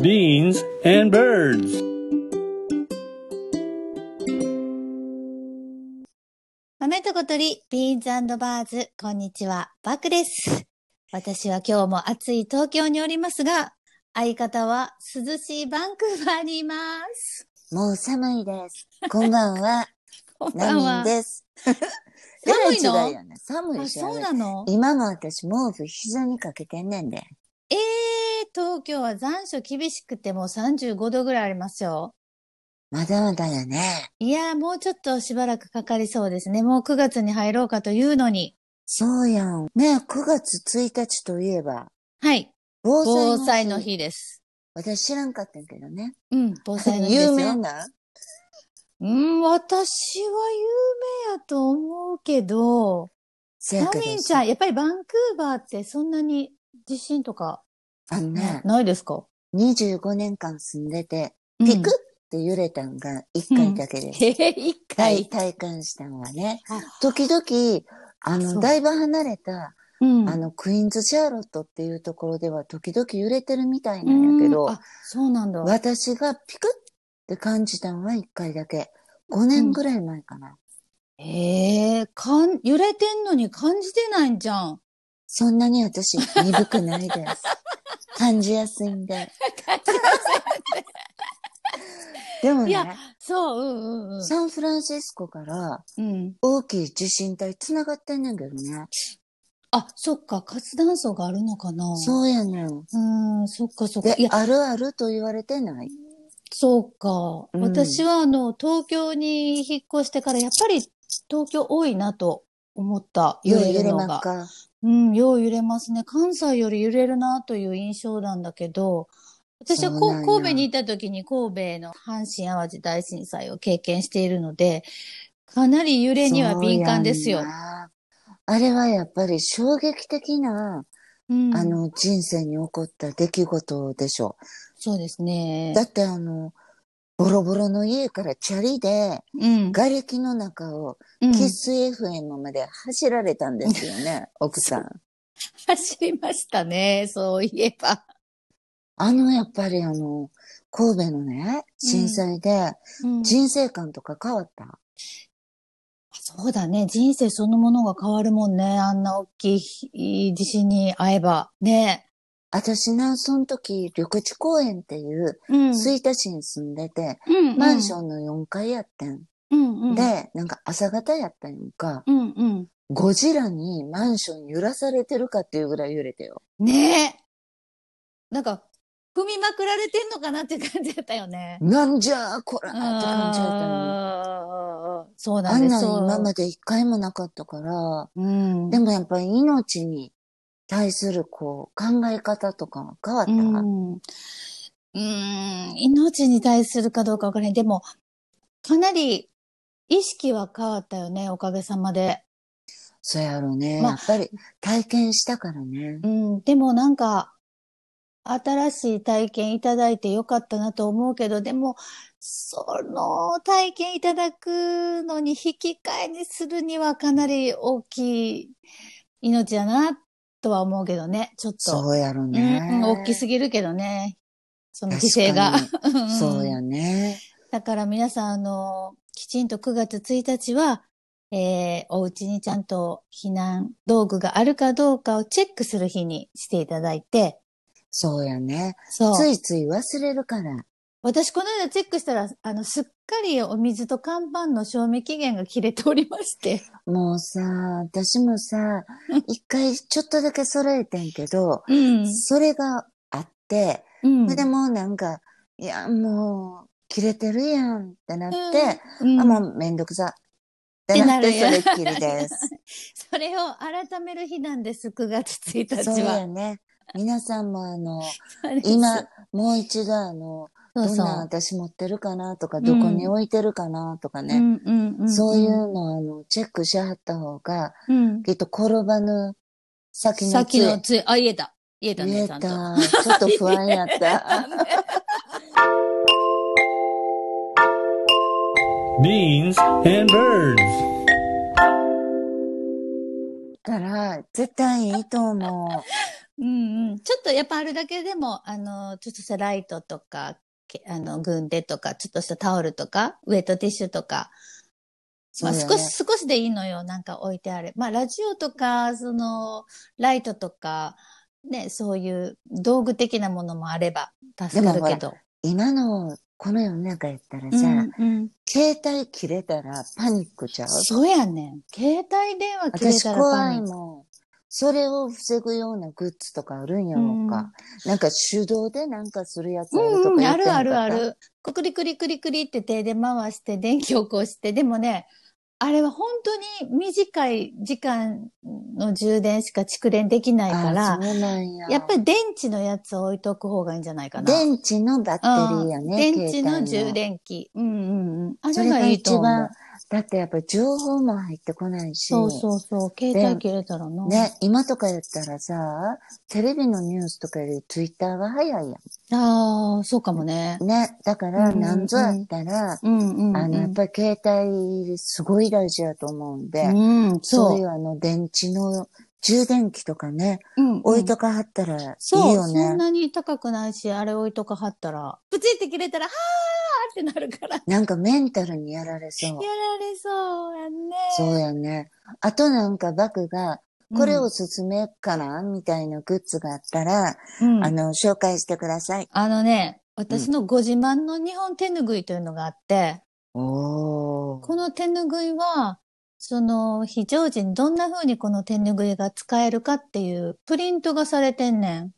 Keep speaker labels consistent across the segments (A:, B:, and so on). A: beans and birds.
B: 豆と小鳥、ビーンズバーズ、こんにちは、バクです。私は今日も暑い東京におりますが、相方は涼しいバンクーバーにいます。
C: もう寒いです。こんばんは。
B: こんば
C: ナ
B: ん
C: ミン
B: は。
C: です。
B: 寒いの
C: えら違よね寒い
B: あ、
C: し。
B: そうなの
C: 今も私毛布膝にかけてんねんで。
B: えー、東京は残暑厳しくてもう35度ぐらいありますよ。
C: まだまだやね。
B: いやー、もうちょっとしばらくかかりそうですね。もう9月に入ろうかというのに。
C: そうやん。ね9月1日といえば、
B: はい。
C: 防
B: 防災の。日です。
C: 私知らんかったんやけどね。
B: うん、防災の日ですよ。
C: 有名な
B: うん、私は有名やと思うけど、
C: せや
B: ナ
C: けど
B: ミンちゃん、やっぱりバンクーバーってそんなに地震とか
C: あのね、
B: ないですか、
C: 25年間住んでて、
B: うん
C: ピクって揺れたんが1回だけです。
B: へへ、一
C: 体
B: 回。
C: 体感したんはね
B: あ。
C: 時々、あ
B: そう
C: の、だいぶ離れた、
B: うん
C: あの、クイーンズ・シャーロットっていうところでは時々揺れてるみたいな
B: うんん
C: やけど、
B: あ、そうなんだ。
C: 私がピクって感じたのは一回だけ。5年ぐらい前かな。
B: へえ、かん、揺れてんのに感じてないんじゃん。
C: そんなに私、鈍くないです。感じやすいんで。でも
B: いや
C: ね、
B: そう、うんうんうん。
C: サンフランシスコから
B: うん。
C: 大きい地震帯繋がってんねんけどね。
B: あ、そっか、活断層があるのかな。
C: そうやねん。
B: う。うん、そっかそっか。い
C: で
B: や、、
C: あるあると言われてない
B: そうか。
C: うん
B: 私は、あの、東京に引っ越してから、やっぱり東京多いなと思った。揺
C: よう
B: れ
C: 揺
B: る
C: れ
B: の
C: まっ
B: が。
C: か。
B: うん、よう揺れますね。関西より揺れるなという印象なんだけど、私はこ
C: そうなんや
B: 神戸にいた時に神戸の阪神淡路大震災を経験しているので、かなり揺れには敏感ですよ
C: そう。やんなあれはやっぱり衝撃的な、
B: うん、
C: あの人生に起こった出来事でしょ
B: そうですね
C: う。だ。ってあの、ボロボロの家からチャリで、
B: うん。
C: 瓦礫の中を
B: うん
C: キス FM まで走られたんですよ ね、奥さん。
B: 走りましたね、そういえば。
C: あの、やっぱりあの、神戸のね、震災で
B: うん
C: 人生観とか変わった、
B: そうだね。人生そのものが変わるもんね。あんな大きい地震に会えば。ね。
C: 私な、その時、緑地公園っていう、
B: うん
C: 吹田市に住んでて、
B: うん
C: マンションの4階やってん。
B: うんうん。
C: で、なんか朝方やったんやんか、
B: うんうん。
C: ゴジラにマンション揺らされてるかっていうぐらい揺れてよ。
B: ねえ。なんか、踏みまくられてんのかなっていう感じだったよね。
C: なんじゃーこらーって感じだったのに。
B: あーそうな
C: あ
B: ん
C: ん
B: です。
C: なん
B: そう
C: 今まで一回もなかったから、
B: うん。
C: でもやっぱり命に対するこう考え方とかは変わった。
B: うん。うーん。命に対するかどうかわからない。でも、かなり意識は変わったよね。おかげさまで。
C: そうやろうね、
B: まあ
C: やっぱり体験したからね。
B: うん、でもなんか、新しい体験いただいてよかったなと思うけど、でも、その体験いただくのに引き換えにするにはかなり大きい命だなとは思うけどね、ちょっと。
C: そうやろう
B: うん
C: ね。
B: うん大きすぎるけどね、その
C: 確
B: 犠牲が
C: か。に。
B: ん
C: そうやね。
B: だから皆さん、あの、きちんと9月1日は、えー、お家にちゃんと避難道具があるかどうかをチェックする日にしていただいて、
C: そうやね。
B: そ
C: つ
B: う。
C: いつい忘れるから。
B: 私この間チェックしたら、あの、すっかりお水と乾パンの賞味期限が切れておりまして。
C: もうさ、私もさ、一回ちょっとだけ揃えてんけど、
B: うん
C: それがあって、
B: うん。
C: でもうなんか、いや、もう、切れてるやんってなって、
B: うん、
C: あ、もうめんどくさ。ってなって、
B: ってな
C: そ
B: る
C: れ
B: やん
C: っきり です。
B: それを改める日なんです、9月1
C: そう
B: 日
C: や
B: は。
C: ね。皆さんもあの、今、もう一度あの、
B: そう
C: どん
B: そ
C: な
B: う。
C: 私持ってるかなとか、
B: ん
C: どこに置いてるかなとか
B: う
C: ね。
B: んうんうん、
C: そういうのをあの、チェックしはった方が、
B: うん。
C: きっと転ばぬ先
B: さ
C: の
B: っきの
C: 杖。
B: つい、あ、言えた。言えた
C: 見
B: ね、
C: え
B: ちゃ
C: た。
B: んと。
C: ちょっと不安 やった。
A: Beans and birds.
C: から、絶対いいと思う。
B: うんうん。ちょっとやっぱあるだけでも、あの、ちょっとしたライトとか、けあの、軍手とか、ちょっとしたタオルとか、ウェットティッシュとか、まあ、
C: そう
B: 少
C: だね
B: し、少しでいいのよ。なんか置いてある。まあ、ラジオとか、その、ライトとか、ね、そういう道具的なものもあれば助かるけど。
C: 今のこの世の中やったら
B: う
C: さ、
B: ん、うん。
C: 携帯切れたらパニックちゃう
B: そうやねん。携帯電話切れ
C: 私
B: たら
C: 怖い
B: パニック
C: もん。それを防ぐようなグッズとかあるんやろうか。なんか手動でなんかするやつあると
B: う
C: か
B: んうん、
C: 言っ
B: あ
C: てな
B: る
C: か
B: あ
C: った
B: るあ。る。くくりくりくりくりって手で回して電気起こして、でもね、あれは本当に短い時間の充電しか蓄電できないか
C: あ
B: ら、
C: そうなんや。
B: やっぱり電池のやつを置いとく方がいいんじゃないかな。
C: 電池のバッテリーやね。
B: 電池の充電器。うんうんうん。あ
C: 携
B: れ
C: 帯の。それ
B: が
C: が
B: いいと
C: 一
B: 思う
C: 番。、だってやっぱ情報も入ってこないし。
B: そうそうそう。携帯切れたらな。
C: ね、今とかやったらさ、テレビのニュースとかよりツイッターが早いや
B: ああ、そうかもね。
C: ん。ね、だか
B: う
C: ら
B: ん
C: なんぞやったら、
B: うんうん、うん。
C: あの、やっぱり携帯すごい大事やと思うんで、
B: うん、
C: そう
B: そう
C: いうあの電池の充電器とかね、
B: うんうん。
C: 置いとかはったらいい
B: そう、
C: よ
B: そん
C: ね。
B: なに高くないし、あれ置いとかはったら、プチって切れたら、はーってなるから。や
C: なんかメンタルにやられそう。
B: られそうやね。
C: そうやね。あとなんかバクが、これおすすめかな、みたいなグッズがあったら、
B: うん、うん
C: あの、紹介してください。
B: あのね、私のご自慢の日本手ぬぐいというのがあって、
C: おー。
B: この手ぬぐいは、その、非常時にどんな風にこの手ぬぐいが使えるかっていうプリントがされてんねん。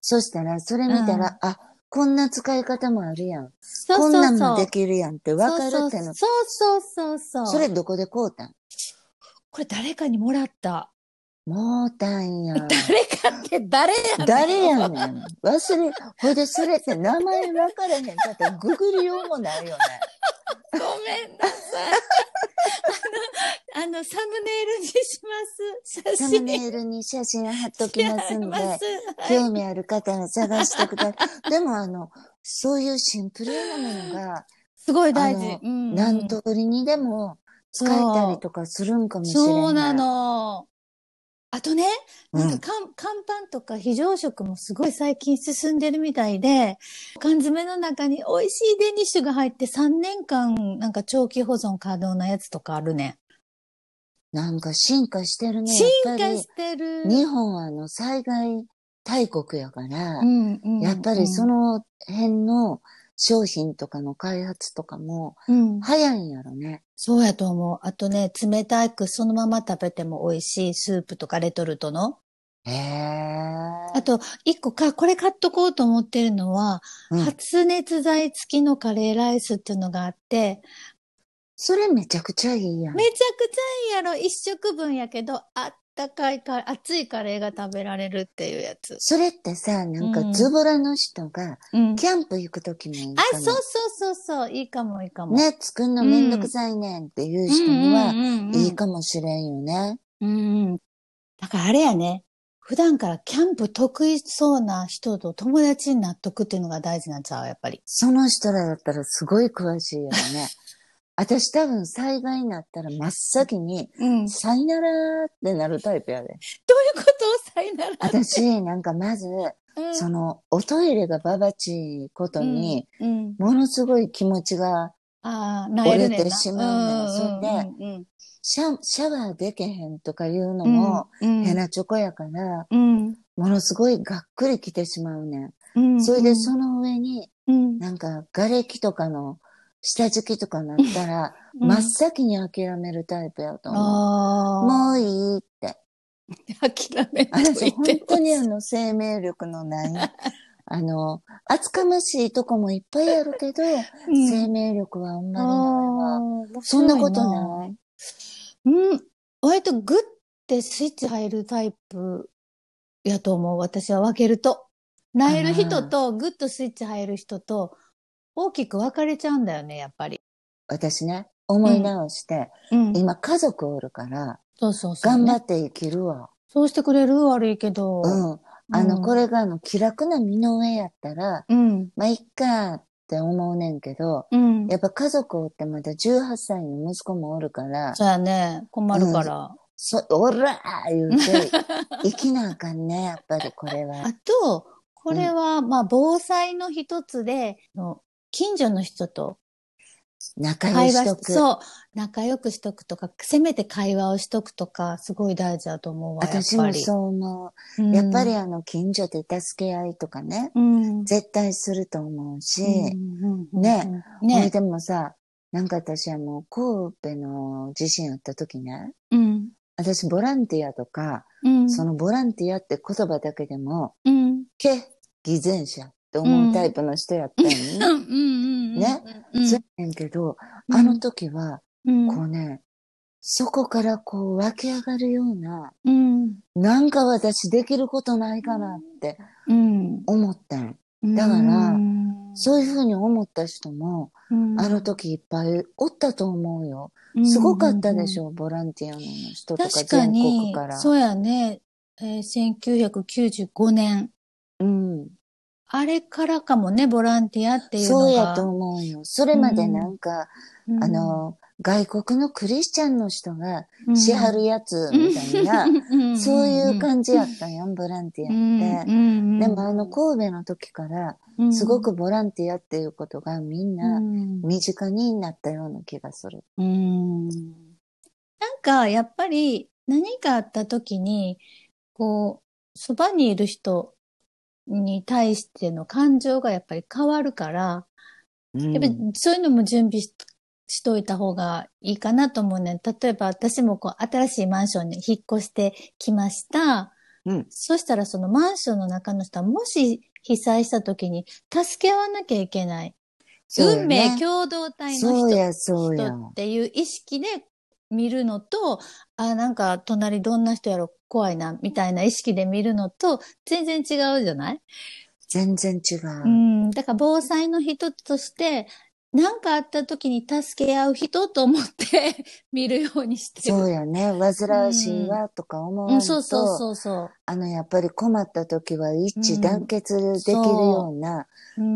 C: そしたら、それ見たら、あ、こんな使い方もあるやん。
B: そうそうそう。
C: こんなんもできるやんってわかるっての。
B: そうそうそうそう。
C: それ、どこで買うたん
B: これ誰かにもらった。
C: もうたんや
B: 誰
C: ん。
B: かって誰やねん
C: 誰やねん。忘れ、ほいでそれって名前分からへんかったらググりようもないよね。
B: ごめんなさい。あの、あの、サムネイルにします。
C: サ
B: 写
C: ム
B: 真に
C: ネイルに写真貼っとき
B: し
C: ますんで
B: ま、す。はい
C: 興味ある方は探してください。でもあの、そういうシンプルなものが
B: すごい大事
C: あの。
B: うん
C: 何通りにでも使えたりとかするんかもしれない。
B: そうな。の。あとね、
C: う
B: なんんか乾、乾パンとか非常食もすごい最近進んでるみたいで、缶詰の中に美味しいデニッシュが入って3年間なんか長期保存可能なやつとかあるね。
C: なんか進化してるね。
B: 進
C: やっぱ
B: 化
C: り
B: してる。
C: 日本はあの災害大国やから、
B: うんうん
C: やっぱりそ
B: の、
C: の辺の商品とかの開発とかも
B: うん
C: 早いんやろね。
B: そうやと思う。あとね、冷たくそのまま食べても美味しいスープとかレトルトの。
C: へえ。
B: あと、一個か、これ買っとこうと思ってるのは、
C: うん
B: 発熱剤付きのカレーライスっていうのがあって、
C: それめちゃくちゃいいやん
B: め。ちゃくちゃいいやろ。一食分やけど、あったかいか、熱いカレーが食べられるっていうやつ。
C: それってさ、なん
B: う
C: か
B: ん
C: ズボラの人が
B: うん。
C: キャンプ行くときもい
B: あ
C: いか、
B: そうそうそうそう。いいかもいいかも。
C: な。ね、作るのめんどくさいねんっていう人に
B: う
C: は
B: んうんうんうん
C: いいかもしれんよね。
B: うんうん。だからあれやね。普段からキャンプ得意そうな人と友達になっとくっていうのが大事なんちゃうやっぱり。
C: その人らだったらすごい詳しいよね。 私多分災害になったら真っ先に、
B: うん。どういう
C: さいならってなるタイプやで。
B: ことさいなら。
C: 私、なんかまず、
B: うん
C: その、おトイレがばばちいことに、
B: うん。
C: ものすごい気持ちが、
B: ああ、なえるねんな。
C: 折れてしまうねんそんで
B: うんうん
C: シャシャワーでけへんとかいうの
B: うん
C: も、
B: うん
C: ヘナチョコやから、
B: うん。
C: ものすごいがっくりきてしまうね
B: うん。
C: ん。それで
B: の、
C: その上に、
B: うん。
C: なんか、瓦礫とかの下敷きとかなったら、
B: うん
C: 真っ先に諦めるタイプやと思う。
B: あ
C: もういいって。
B: あ、諦めといてほし
C: 私、
B: い
C: 本当にあの、生命力 のない、あの、厚かましいとこもいっぱいあるけど、
B: うん
C: 生命力はあんまり
B: あ
C: ないわ。
B: ー面白
C: そんなこと
B: いな
C: ない
B: うん。割とグッてスイッチ入るタイプやと思う。私は分けると。なえる人とグッとスイッチ入る人と大きく分かれちゃうんだよね、やっぱり。
C: 私ね、思い直して、
B: うん。
C: 今家族おるから、
B: そうそうそう、
C: 頑張
B: ね。
C: って生きるわ。
B: そうしてくれる悪いけど。
C: うん。あの、
B: うん
C: これがあの、気楽な身の上やったら、
B: うん。
C: まあ、いっかって思うねんけど、
B: うん。
C: やっぱ家族おってまだ18歳の息子もおるから、
B: そうやね。困るから。
C: そ、おらー言うて、 生きなあかんね、やっぱりこれは
B: あ。と、これは、まあ、防災の一つで、あの近所の人と
C: 仲良
B: 会
C: し
B: 話
C: と
B: し
C: く。
B: そう、仲良くしとくとか、せめて会話をしとくとか、すごい大事だと思うわ、やっ
C: 私
B: ぱ
C: も
B: り。
C: そう思
B: う
C: う。
B: ん
C: やっぱり、あの、近所で助け合いとかね、
B: うん。
C: 絶対すると思うし、
B: うんうん
C: ね。
B: うん
C: ね、
B: ね。
C: でもさ、なんか私あの、神戸の地震あった時ね、
B: うん。
C: 私ボランティアとか、
B: うん。
C: そのボランティアって言葉だけでも、
B: うん。
C: け、偽善者って思うタイプの人やったのに、
B: うん。うんうん。
C: ね
B: うん。
C: そうやねんけど、
B: うん
C: あの時は、
B: うん。
C: こうね、そこからこう湧き上がるような、
B: うん。
C: なんか私できることないかなって
B: うん。
C: 思ったん。
B: だ
C: だから
B: うん、
C: そういうふうに思った人も、
B: うん
C: あの時いっぱいおったと思うよ。すごかったでし
B: ょ。
C: ょ、ボランティアの人とか
B: 確か
C: 全
B: に
C: 国から、。
B: そうやね。えー、1995年。
C: うん。
B: あれからかもね、ボランティアっていうのが。
C: そうやと思うよ。それまでなんか、
B: うん
C: あ、の、外国のクリスチャンの人が
B: うん
C: 支払うやつみたい な、
B: うん
C: そういう感じやったんやん、ボランティアって。でもあの、神戸の時から、すご、くボランティアっていうことがみん
B: うんうんう
C: なん身近になったような気がする。
B: うんなんか、やっぱり、何かあった時に、こう、そばにいる人に対しての感情がやっぱり変わるから、
C: うん
B: やっぱりそういうのも準備ししといた方がいいかなと思うね。例えば私もこう新しいマンションに引っ越してきました。
C: うん
B: そしたらそのマンションの中の人はもし被災した時に助け合わなきゃいけない。
C: そうよ
B: 運
C: ね
B: 命共同体
C: そ
B: の
C: う
B: 人
C: や、そうや。
B: 人っていう意識で見るのと、あ、なんか隣どんな人やろ怖いなみたいな意識で見るのと全然違うじゃない
C: 全然違
B: う
C: う。
B: ん、だから防災の一つとして、何かあった時に助け合う人と思って 見るようにしてる。
C: そうやね。煩わしいわとか思わ
B: うんん、そうそう
C: と、
B: そうそ
C: あの、やっぱり困った時は一致団結できるような、
B: う。うん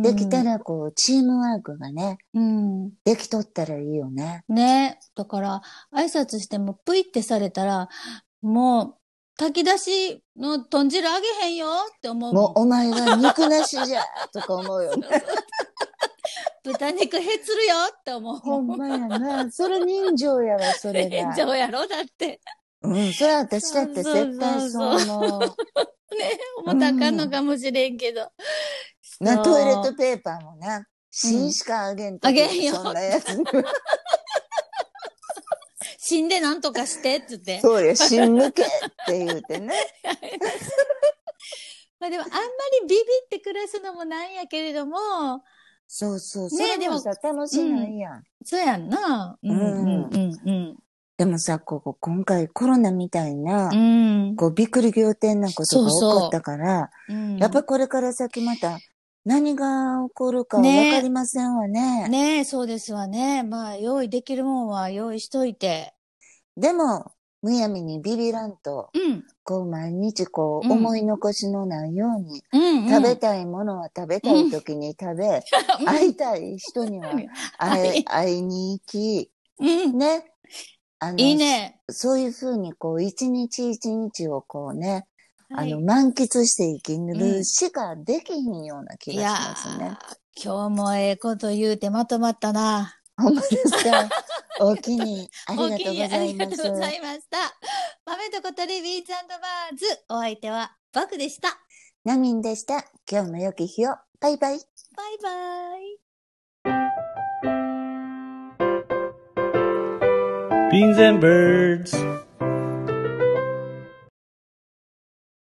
C: できた、らこう、チームワークがね、
B: うん。
C: できとったらいいよね。
B: ね。だから、挨拶してもプイってされたら、もう、炊き出しの豚汁あげへんよって思うもん。
C: もう、お前は肉なしじゃとか思う よね。
B: 豚肉へつるよって思う
C: ほん
B: も ん。
C: まやな。それ人情やわ、それ
B: 炎
C: が。
B: 上やろだって。
C: うん、それは私だって絶対そう思う。
B: ね。思ったらあかんのかもしれんけど。
C: な、
B: そう
C: トイレットペーパーもな、芯しかあげんと、
B: あげんよ
C: そんなやつ。
B: 死んでなんとかしてって言って。
C: そうや、芯抜けって言うてね。
B: まあでもあんまりビビって暮らすのもなんやけれども、
C: そうそう。そ
B: ね
C: れもさ、楽しないやん。
B: そうやんな。うんうんうん
C: でもさ、ここ、今回コロナみたいな、
B: うん。
C: こう、びっくり仰天なことが起
B: そうそう
C: こったから、
B: うん。
C: やっぱこれから先また、何が起こるかわ
B: ね
C: かりませんわね。
B: ねえ、そうですわね。まあ用意できるもんは用意しといて。
C: でも、むやみにビビらんと、
B: うん。
C: こう、毎日こう、
B: うん
C: 思い残しのないように、
B: うん、うん。
C: 食べたいものは食べたい時に食べ、会いたい人には
B: は
C: 会
B: い
C: い会いに行
B: うん
C: き、。ね。あの
B: いいね。
C: そういうふうにこう、一日一日をこうね、あ
B: はい
C: の、満喫して生きるしかできひんような気
B: い
C: が
B: や
C: しますね。
B: ー今日もええこと言うてまとまったな。
C: ほんまです かおおきに、ありがとうござ
B: あ
C: い
B: りが
C: ま
B: とう
C: す。
B: ございました。豆と小鳥ビーズバーズ。お相手はバクでした。
C: ナミンでした。今日も良き日を。バイバ
B: バ
C: イ。
B: イバイ。
A: Beans and birds.